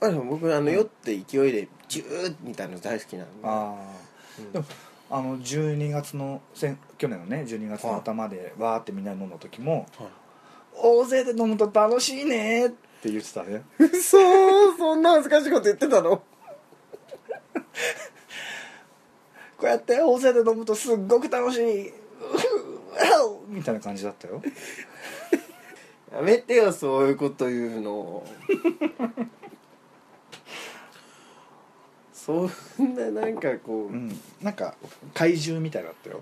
あの酔って勢いでジューみたいなの大好きなんであうあんでもあの12月の先去年のね12月の頭でわーってみんなで飲んだ時も「大勢で飲むと楽しいね」って言ってたねそうそんな恥ずかしいこと言ってたのこうやって大勢で飲むとすっごく楽しいうふうわおみたいな感じだったよやめてよそういうこと言う のそんななんかこう、うどんなんか怪獣みたいだったよ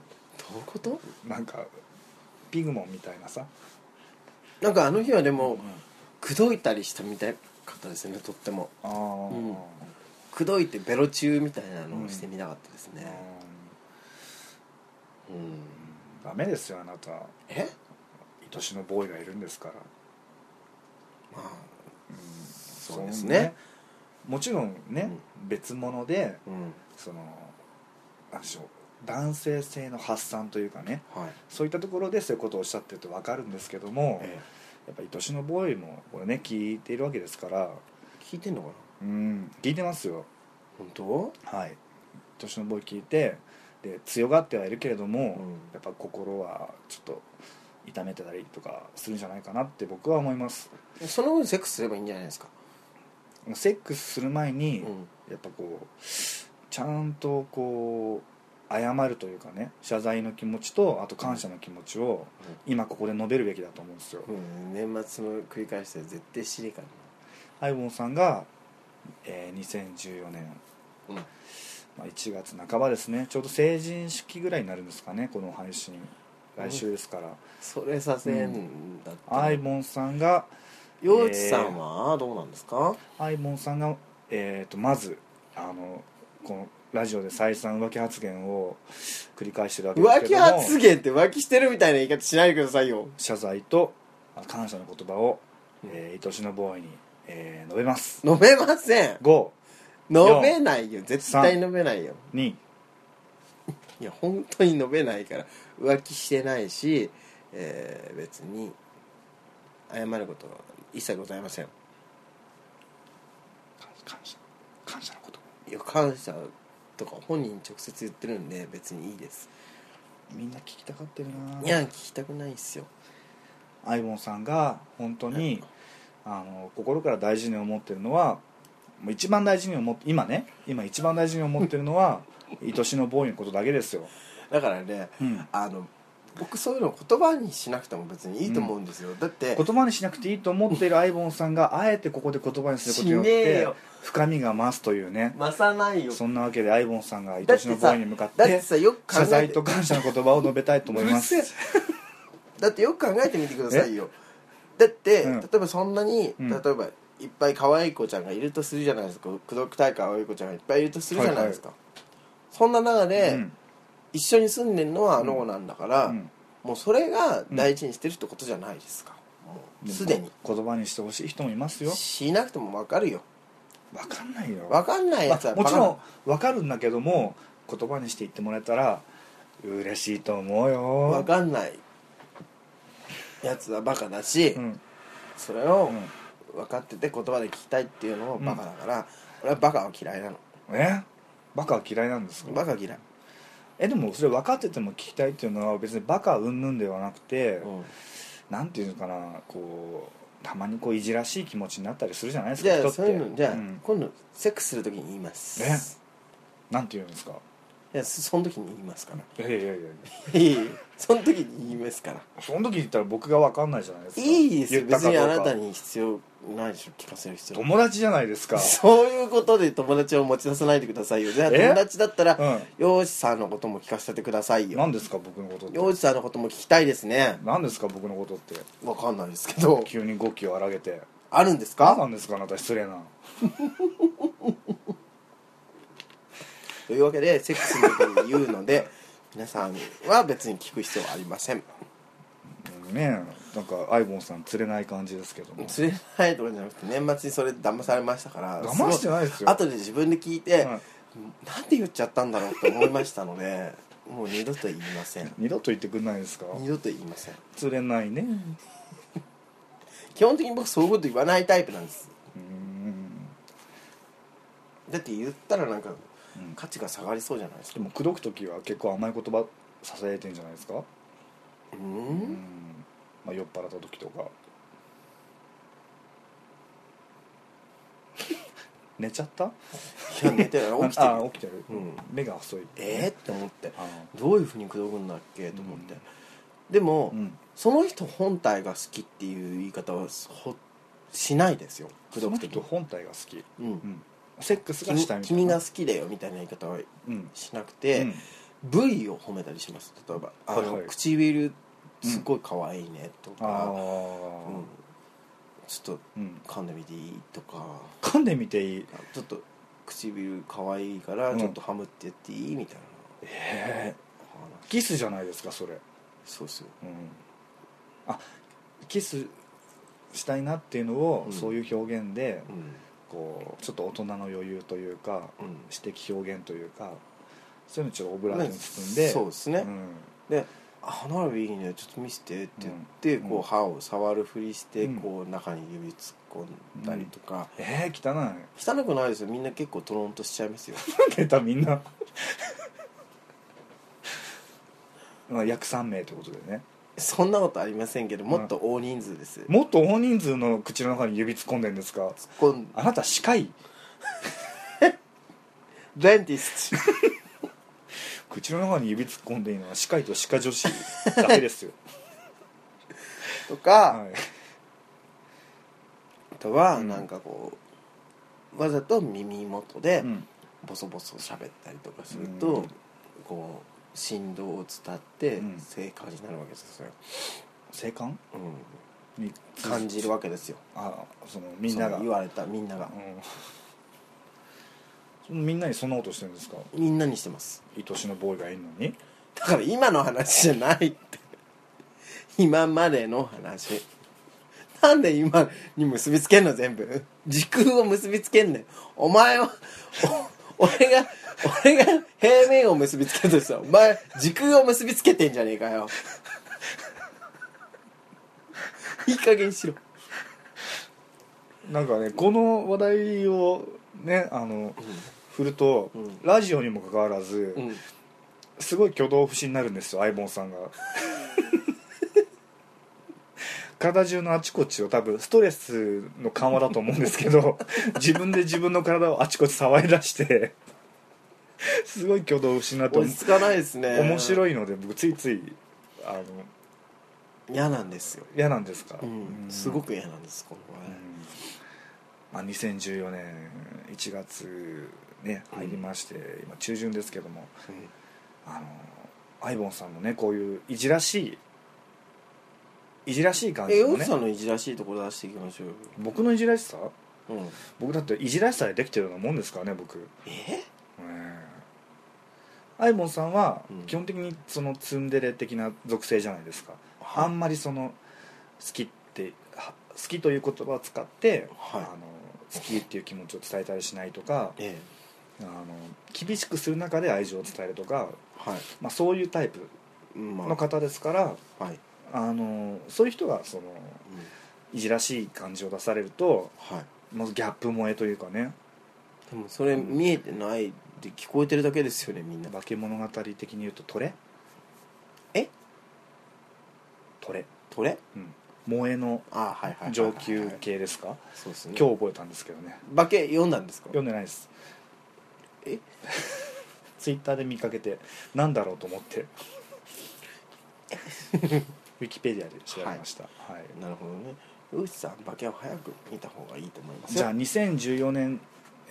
ういうことなんかピグモンみたいなさなんかあの日はでもん口説いたりしたみたいかったですねとってもああ、ん口説いてベロ中みたいなのをしてみなかったですうんね、うんダメですよあなたえ愛しのボーイがいるんですからまあそそうですねもちろんね、別物でうんそのなんでしょう男性性の発散というかねはい、そういったところでそういうことをおっしゃってると分かるんですけども、えやっぱ愛しのボーイもこれね聞いているわけですからえ聞いてんのかなうん聞いてますよ本当はい愛しのボーイ聞いてで強がってはいるけれども、うんやっぱ心はちょっと痛めてたりとかするんじゃないかなって僕は思いますその分セックスすればいいんじゃないですか、セックスする前に、うんやっぱこうちゃんとこう謝るというかね謝罪の気持ちとあと感謝の気持ちを今ここで述べるべきだと思うんですよ、うん、年末の繰り返しで絶対しねえかハイボンさんが、えー2014年、らな、まあ、1月半ばですねちょうど成人式ぐらいになるんですかねこの配信来週ですから、それさせんだったアらイボンさんが陽一さんはどうなんですか、アイボンさんが、えー、とまずあのこのラジオで再三浮気発言を繰り返してるわけです浮け気ども発言って浮気してるみたいな言い方しないでくださいよ謝罪とあ感謝の言葉を、うんえー愛しのボーイに、えー述べます飲めません飲めないよ絶対三飲めないよ52いや本当に飲めないから浮気してないし、えー別に謝ることは一切ございません感謝感謝の言葉いや感謝とか本人に直接言ってるんで別にいいですみんな聞きたかってるないや聞きたくないっすよアイボンさんが本当にあの心から大事に思ってるのはもう一番大事に思って今ね今一番大事に思ってる のは愛しのボーイのことだけですよ、だからねうん、あの僕そういうの言葉にしなくても別にいいと思うんですよ、だって言葉にしなくていいと思っているアイボンさんがあえてここで言葉にすることによっしねえてよ深みが増すというね増さないよそんなわけでアイボンさんがだ愛っしてのさボーイに向かっだっててさよく考え謝て罪と感謝の言葉を述べたいと思いまうするせえだってよく考えてみてくださいよだって、うん例えばそんなに、うん例えばいっぱい可愛い子ちゃんがいるとするじゃないですか口説きたい可愛い子ちゃんがいっぱいいるとするじゃないですか、そんな中で、うん一緒に住んでるのはあの子なんだから、うんもうそれが大事にしてるってことじゃないですか、もうすでに言葉にしてほしい人もいますよしなくても分かるよ分かんないよ分かんないやつはもちバろカん分かるんだけども言葉にして言ってもらえたら嬉しいと思うなよ分かんないやつはバカだし、うんそれをうん分かってて言葉で聞きたいっていうのもバカだから、俺はバカは嫌いなのえバカは嫌いなんですかバカ嫌い、えでもそれ分かってても聞きたいっていうのは別にバカ云々ではなくて、なんていうのかなこうたまにこういじらしい気持ちになったりするじゃないですじかゃ人あってそういうのじゃあ、うん今度セックスする時に言いますえなんていうんですかいやそその時に言いますから いやいやいやいやいいその時に言いますからその時言ったら僕が分かんないじゃないですかいいですよ言った別かにどうあかなたに必要ないでしょ聞かせる必要友達じゃないですかそういうことで友達を持ち出さないでくださいよじゃあえ友達だったうらん洋師さんのことも聞かせてくださいよ何ですか僕のことって洋師さんのことも聞きたいですね何ですか僕のことってわかんないですけど急に語気を荒げてあるんです何なかんですかあなた失礼なというわけでセックスの時に言うので 皆さんは別に聞く必要はありませんねえなんかアイボンさん釣れない感じですけども釣れないとかじゃなくて年末にそれ騙されましたから騙してないですよ後で自分で聞いて、はいなんで言っちゃったんだろうって思いましたのでもう二度と言いません二度と言ってくんないですか二度と言いません釣れないね基本的に僕そういうこと言わないタイプなんですうーんだって言ったらなんかうん価値が下がりそうじゃないですでかも口説く時は結構甘い言葉ささやいてんじゃないですかううんんまあ、酔っ払った時とか 寝ちゃったいや寝てる起きて ある起きてる、うん目が細いえーって思ってあどういうふうに口説くんだっけと思って、でも、のうんその人本体が好きっていう言い方はほしないですよ口説そのく時人本体が好き、ううんん、セックスが君したいみたいな君が好きだよみたいな言い方はうんしなくうてん、部位を褒めたりします例えば「あのはいはい唇すごい可愛いね」とあか、うーんちょっうんと噛んでみていい?」とか噛んでみていい「ちょっと唇可愛いかうらんちょっとハムってやっていい?」みたいなええ話キスじゃないですかそれ、そうですようん、あキスしたいなっていうのを、うんそういう表現でうんこうちょっと大人の余裕というかうん詩的表現というかそういうのちょっとオブラートに包んで、そうですね、うんで「あ花火いいねちょっと見せて」って言って、うんこうんう歯を触るふりして、うんこう中に指突っ込んだりとか、えー、汚い なん汚くないですよみんな結構トロンとしちゃいますよ でたみんな まあ約3名ってことでねそんなことありませんけどもっと大人数です、もっと大人数の口の中に指突っ込んでんですか突っ込んあなた歯科医デンティスト口の中に指突っ込んでいいのは歯科医と歯科女子だけで すよとか、はいあとは、うんなんかこうわざと耳元でうんボソボソ喋ったりとかすると、うんこう振動を伝ってうん正解になるわけですよ、性感うん、に感じるわけですよあそのみんなそがの言われたみんなが、うんそのみんなにそんなことしてるんですかみんなにしてます愛しのボーイがいるのにだから今の話じゃないって今までの話なんで今に結びつけんの全部時空を結びつけんねんお前はお俺が俺が平面を結びつけてさお前時空を結びつけてんじゃねえかよいい加減にしろなんかねこの話題をねあの、振ると、うんラジオにもかかわらず、うんすごい挙動不審になるんですよ相棒 さんが体中のあちこちを多分ストレスの緩和だと思うんです けど自分で自分の体をあちこち騒いだしてすごい挙動不審になって落ち着かないですね面い白いので僕ついついあの嫌なんですよ、嫌なんですか、うんう、んすごく嫌なんですこのうん前、まあ、2014年1月ね入りまして、今中旬ですけどもうんあのアイボンさんのねこういういじらしいいじらしい感えじのヨウねさんのいじらしいところ出していきましょうよ、僕のいじらしさうん、僕だっていじらしさでできてるようなもんですからね僕えうんアイボンさんはうん基本的にそのツンデレ的な属性じゃないですか、あんまりその好きっては好きという言葉を使って、はいあの好きっていう気持ちを伝えたりしないとかええあの厳しくする中で愛情を伝えるとか、はいまあ、そういうタイプうんまの方ですからあはい、あのそういう人がそのうんいじらしい感じを出されると、はいまずギャップ萌えというかねでもそれ見えてないって聞こえてるだけですよねみんな化け物語的に言うとトレえトレ、トレうん、萌えのああはいはいはい はい上級系ですかそうですね今日覚えたんですけどね日化け読んだんですか読んでないですえ ツイッターで見かけてなんだろうと思って ウィキペディアで調べました、はいなるほどねヨウさん化けは早く見た方がいいと思いますじゃあよ2014年、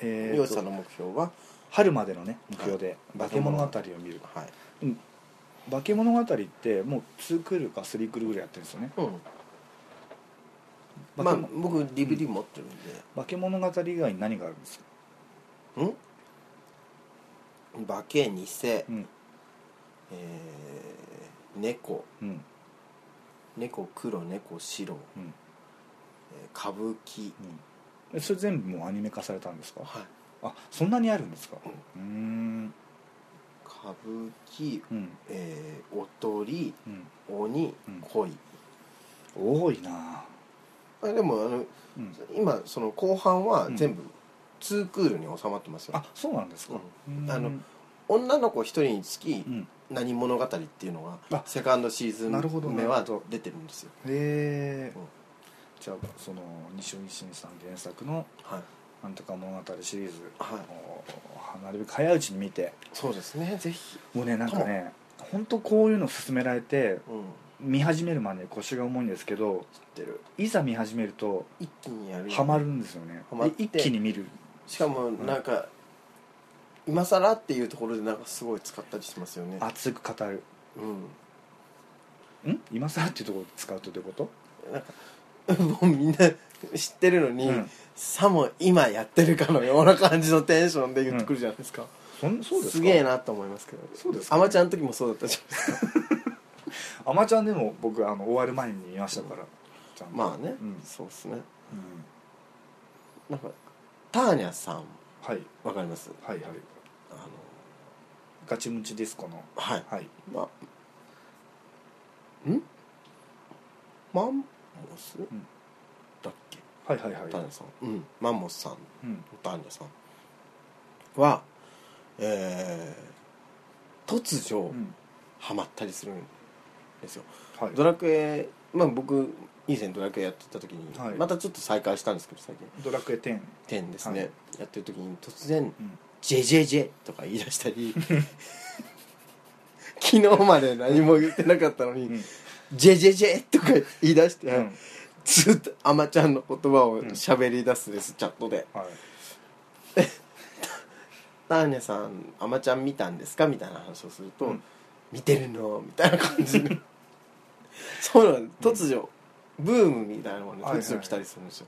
えーとヨウさんの目標は春までのね目標で「は化いけ物語」を見るはい「化け物語」ってもう2クールか3クールぐらいやってるんですよねうんま化け,、あ僕 DVD 持ってるんで化け物語以外に何があるんですか、うん化け偽、えうんー猫うん猫黒猫白、うんえー歌舞伎うんえそれ全部もうアニメ化されたんですかはいあそんなにあるんですかうんうーん歌舞伎、うんえー、おとりうん鬼うん恋、多いなあでもあのうん今その後半は全部ツークールに収まってますよあそうなんですか、うんあの女の子一人につきうん何物語っていうのがあセカンドシーズなるほどンね目は出てるんですよ、えうんー、じゃあその西尾維新さん原作のはい、 「なんとか物語」シリーズ、はいもうなるべく早いうちに見てそうですねぜひ、もうねなんかね本当こういうの勧められてうん、見始めるまで腰が重いんですけど出るいざ見始めると一気にやるよねハマるんですよねハマっでて一気に見るしかもなんか、今更っていうところでなんかすごい使ったりしますよね熱く語るうんん今更っていうところで使うとどういうこと もうみんな知ってるのに、うんさも今やってるかの ような感じのテンションで言ってくるじゃないですか、そんそうですかげえなと思いますけどそうですかあまちゃんの時もそうだったじゃんアマちゃんでも僕あの終わる前に見ましたからちゃんとまあね、うん、うんそうですねなんかターニャさんはいわかりますはいはいあのガチムチディスコのはいはいまんマンモス、んだっけはいはいはいターニャさんうんマンモスさんうんダンジャさんは、えー突う如んハマったりするんですよ、はいドラクエまあ僕以前ドラクエやってた時に、はいまたちょっと再開したんですけど最近ドラクエ10 10ですね、はいやってる時に突然うん「ジェジェジェ」とか言い出したり 昨日まで何も言ってなかったのに「うんジェジェジェ」とか言い出して、うんずっとあまちゃんの言葉を喋り出すです、チャットで。はいターニャさん「あまちゃん見たんですか?」みたいな話をすると「うん見てるの」みたいな感じ でそうなんです突如、ブームみたいなものにはいはい突如来たりするんですよ、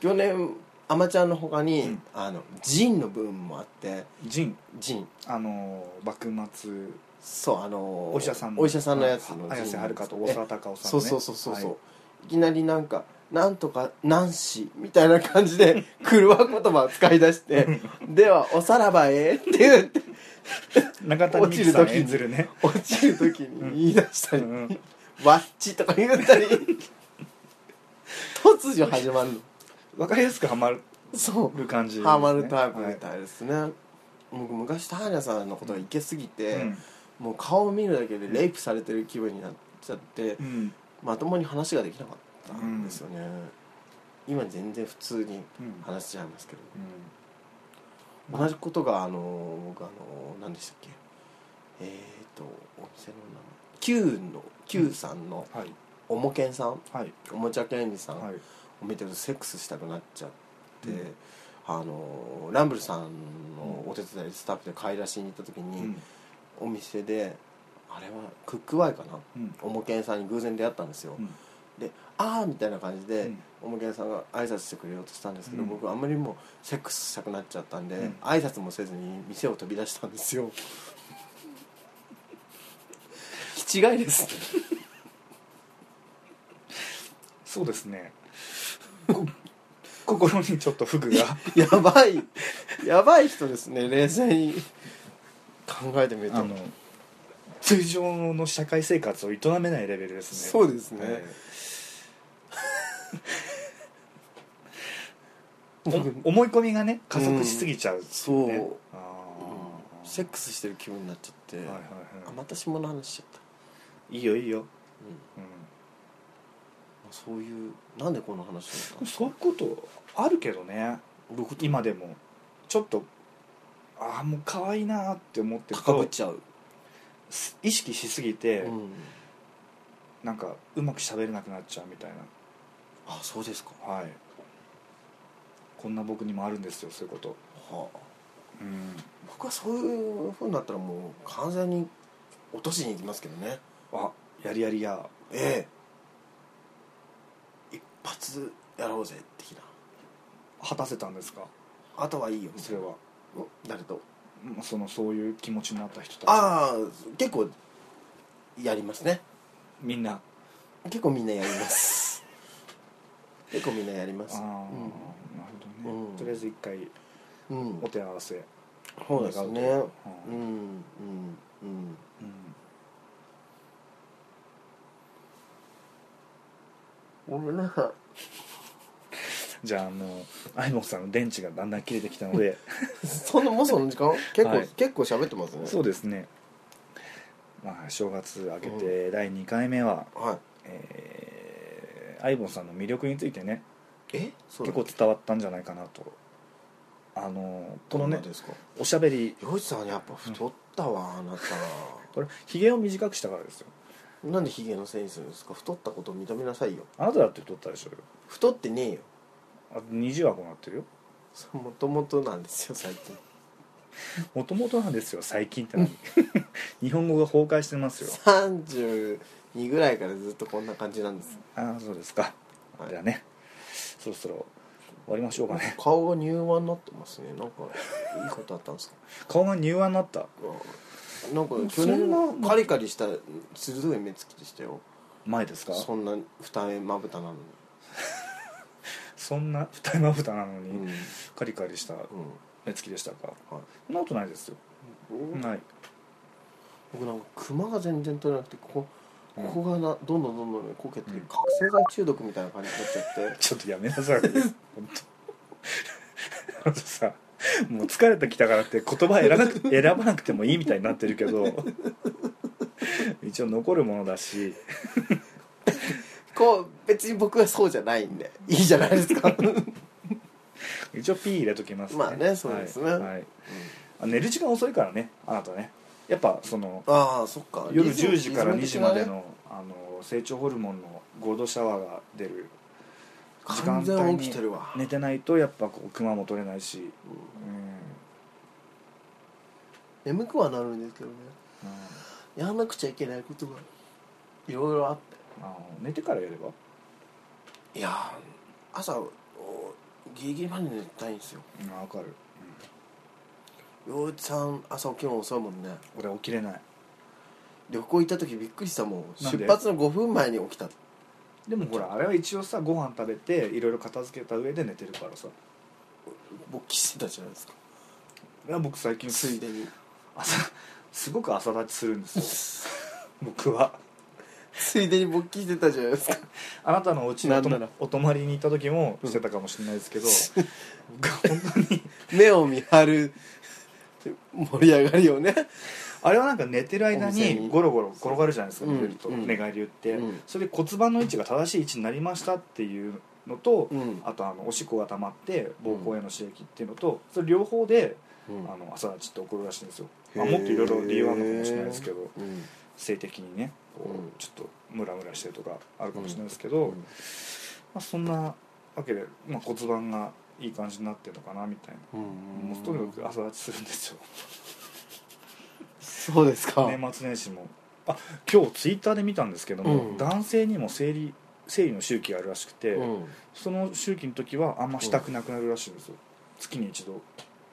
去年あまちゃんのほかに、うんあのジンのブームもあってジンジンあの幕末そうあのお医者さんお医者さんのやつはの綾瀬はるかと大沢たかおさんねそうそうそうそうそう、、はいきなりなんか「なんとかなんし」みたいな感じで狂わ言葉を使い出して 「ではおさらばへ」って言ってい中谷美紀さん落ちる時に演ずるね落ちる時に言い出したりうんうん「わっち」とか言った り突如始まるのわかりやすくハマるそ感じうですねハマるタイプみはたいですね、僕昔ターニャさんのことがいけすぎて、うんもう顔を見るだけでレイプされてる気分になっちゃって、うんまともに話ができなかったんですよね、今全然普通にうん話しちゃいますけど、同じことがあの僕あの何でしたっけえっ、とお店の名前 Q の Q さんのはいおもけんさんはいおもちゃけんじさんはをい見てるとセックスしたくなっちゃって、うんあのランブルさんのお手伝いスタッフで買い出しに行った時うに、んお店であれはクックワイかなうんおもけんさんに偶然出会ったんですよ、うんで「ああ」みたいな感じで、うんおもけんさんが挨拶してくれようとしたんですけど、うん僕あんまりもうセックスしたくなっちゃったんで、うん挨拶もせずに店を飛び出したんです よ気違いですねそうですねこ 心にちょっとフ グがやばいやばい人ですね冷静に考えてみるとあの通常の社会生活を営めないレベルですねそうですねえ えお思い込みがね加速しすぎちゃうっていそう、ねあーセックスしてる気分になっちゃって、はいはいあはまた下の話しちゃった、いいいよいいよ、うんまうあそういうなんでこの話をしたのん、そういうことあるけどね僕と今でもちょっとああもう可愛いなって思ってる高ぶっとちゃう、す意識しすぎて、うん、なんかうまく喋れなくなっちゃうみたいあそうですかなはいこんな僕にもあるんですよそういうことはあうん僕はそういうふうになったらもう完全に落としに行きますけどねあやりやりやええ一発やろうぜ的な果たせたんですかあとはいいよそれはうん誰とうんそのそういう気持ちになった人たちああ結構やりますねみんな結構みんなやります 結構みんなやりまああす、なるほうどね、んとりあえず一回うんうんお手合わせそうですね願うとうんうんうんうんごめんなさいじゃああのアイボンさんの電池がだんだん切れてきたのでそんなもうその時間結構、はい結構喋ってますねそうですねまあ正月明けて第2回目は、はいえーアイボンさんの魅力についてねえそうな結構の伝わったんじゃないかなとあのこのどんなねですかおしゃべり洋一さんやっぱ太ったわ、あなたこれひげを短くしたからですよなんでヒゲのせいにするんですか太ったこと認めなさいよあなただって太ったでしょうよ太ってねえよあと20はこうなってるよそれもともとなんですよ最近もともとなんですよ最近 って何日本語が崩壊してますよ32ぐらいからずっとこんな感じなんですああそうですか、はいじゃあねそろそろ終わりましょうかね顔が乳腕になってますねなんかいいことあったんですか顔が乳腕になったなんかそ去んな年カリカリした鋭い目つきでしたよ前ですかそそんな二重まぶたなのにんな二重まぶたなのに、うん、うんカリカリした目つきでしたかはいそんなことないですよ、はい僕なんかクマが全然取れなくてここうんここがなどんどんどんどんねこけてうん覚醒剤中毒みたいな感じになっちゃって、 ちょっとやめなさい本当あとさもう疲れてきたからって言葉選ばなく選ばなくてもいいみたいになってるけど一応残るものだしこう別に僕はそうじゃないんでいいじゃないです か一応 P 入れときますまあねそうですねはいはいあ寝る時間遅いからねあなたねやっぱそのああそっか夜リズム10時から2リズ時ムま的でなねのあの成長ホルモンのゴールドシャワーが出る時間完帯全起にきてるわ、寝てないとやっぱこうクマも取れないし、うんうん眠くはなるんですけどねうんやらなくちゃいけないことがいろいろあっあの寝てからやればていやー朝おギリギリまで寝たいんですようんわかる、陽一さん朝起きるの遅いもんね俺起きれない旅行行った時びっくりしたもんなん出で発の5分前に起きたでもほらあれは一応さご飯食べていろいろ片付けた上で寝てるからさ勃起してたじゃないですかいや僕最近ついでに朝すごく朝立ちするんで すよ僕はついでに勃起してたじゃないですかあなたのお家のおとなんならお泊まりに行った時もしてたかもしれないです けど、僕は本当に目を見張る盛り上がりをねあれはなんか寝てるお間店ににゴロゴロ転がるじゃないですかうん寝てると、うん寝返り打って、うんそれで骨盤の位置が正しい位置になりましたっていうのと、うんあとあのおしっこが溜まって膀胱への刺激っていうのとそれ両方であの朝立ちって起こるらしいんですよ、まあ、もっといろいろ理由はあるのかもしれないですけどうん性的にねこうんうちょっとムラムラしてるとかあるかもしれないですけど、まあ、そんなわけで、まあ、骨盤がいい感じになってるのかなみたいな、うんもうとにかく朝立ちするんですよそうですか年末年始もあ今日ツイッターで見たんですけども、うん男性にも生理生理の周期があるらしくて、うんその周期の時はあんましたくなくなるらしいんですよ月に一度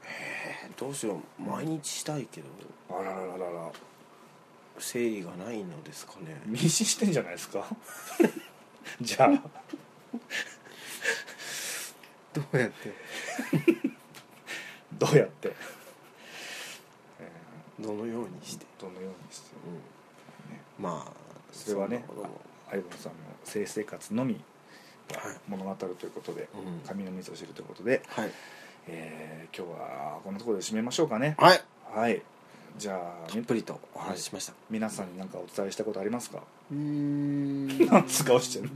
えどうしよう毎日したいけどあららららら生理がないのですかね妊娠してんじゃないですか じゃあどうやってどうやって、えどのようにしてーどのようにしてうんまあそれはねんなことも相棒さんの性生活のみがはい物語るということで、うん神の水を知るということで、はいえー今日はこのところで締めましょうかねはいはいじゃあたっぷりとお話ししました皆さんに何かお伝えしたことありますかうーん 何つう顔してんの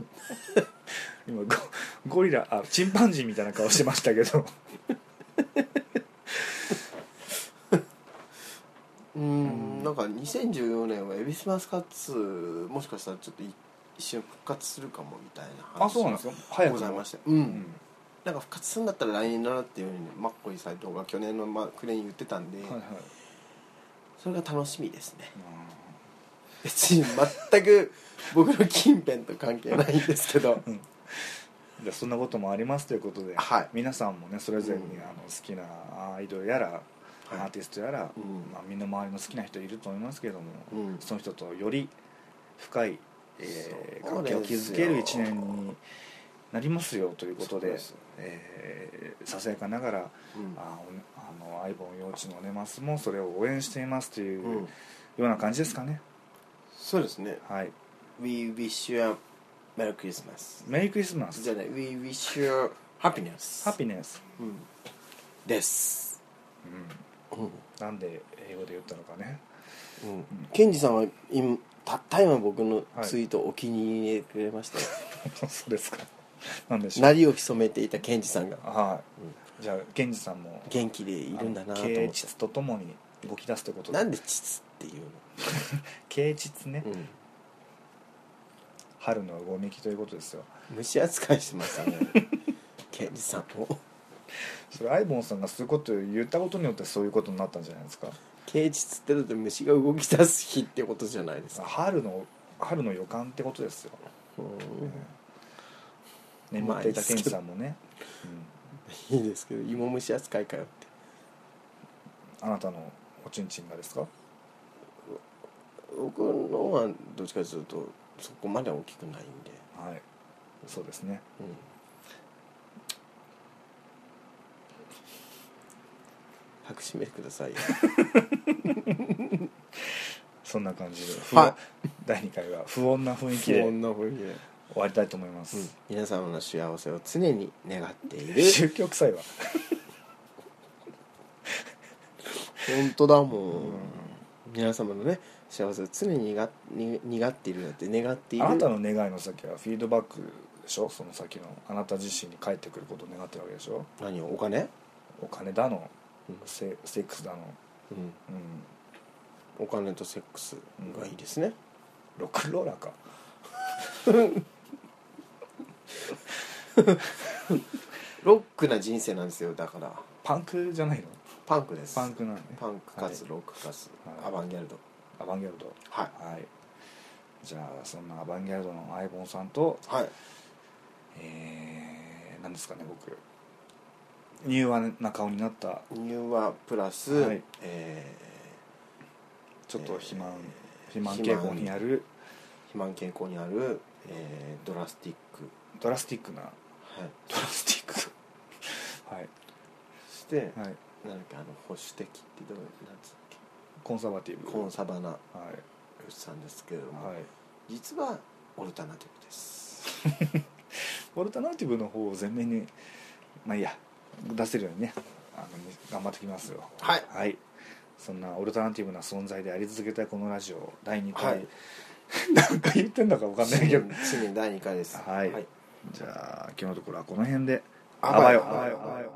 今ゴゴリラあチンパンジーみたいな顔してましたけどうーんなんか2014年は恵比寿マスカッツもしかしたらちょっとい一瞬復活するかもみたいな話あそうなんですか早くごもざいましてうん、うんなんか復活するんだったら来年だなっていうふうにねマッコイ斎藤が去年の、ま、暮れに言ってたんで、はいはいそれが楽しみですねうん別に全く僕の近辺と関係ないんですけどじゃあそんなこともありますということで、はい皆さんもねそれぞれに、うんあの好きなアイドルやら、アーティストやら、うんまあ、身の回りの好きな人いると思いますけども、うんその人とより深い、えーそう関です係よを築ける1年になりますよということそうでですよえーささやかながら、うんあおねあの相棒幼稚のネマスもそれを応援していますといううんような感じですかね、そうですねはい「 We wish you a Merry Christmas メリークリスマス」じゃない We wish you ハピネスハピネス、うんです、うん、うんなんで英語で言ったのかねうん、ケンジさんは今たった今僕のはいツイートをお気に入りくれましたよ、 そうですかなんでしょう鳴りを潜めていたケンジさんがはい、じゃあ源氏さんも元気でいるんだなと思って啓蟄とともに動き出すということなでんで「膣」っていう啓蟄ね、の、うん、春春のうごめきということですよ虫扱いしましたねケンジさんをそれアイボンさんがそういうことを言ったことによってそういうことになったんじゃないですか「啓蟄」ってだって虫が動き出す日ってことじゃないですか、春の春の予感ってことですよ、うんね眠っていた健二さんもね、いいですけど芋虫扱いかよってうん、あなたのおちんちんがですか僕のはどっちかというとそこまで大きくないんで、はいそうですねうん拍手めくださいよそんな感じで、はい第2回は不穏な雰囲気不で穏終な雰囲気で、わりたいと思いまうんす、皆様の幸せを常に願っている 宗教臭いわ本当だもん、皆様のね幸せを常に願っに願っているだって願っているあなたの願いの先はフィードバックでしょその先のあなた自身に返ってくることを願ってるわけでしょ何をお金、お金だのうんセセックスだの、うんうん、お金とセックスがいいですね、ロックンローラーかロックな人生なんですよだからパンクじゃないのパンクですパンクなのねパンクかつはいロックかつはいアバンギャルドアバンギャルドはいはいじゃあそんなアバンギャルドのアイボンさんとはいえー、なんですかね僕柔和な顔になったニューはプラス、はいえちょっと肥満、えー肥満傾向にあるー肥満健康にある、えードラスティック、ドラスティックなはい、ドラスティックはい、そして、はい、なんかあの保守的ってどうなんつうっけコンサバティブコンサバなはいさんですけれども、はい実はオルタナティブです オルタナティブの方を前面にまあいいや出せるようにねあの頑張ってきますよはいはいそんなオルタナティブな存在であり続けたいこのラジオ第2は回、い なんか言ってんだか分かんないけど新年第2回ですはいじゃあ今日のところはこの辺であばよあばよあばよ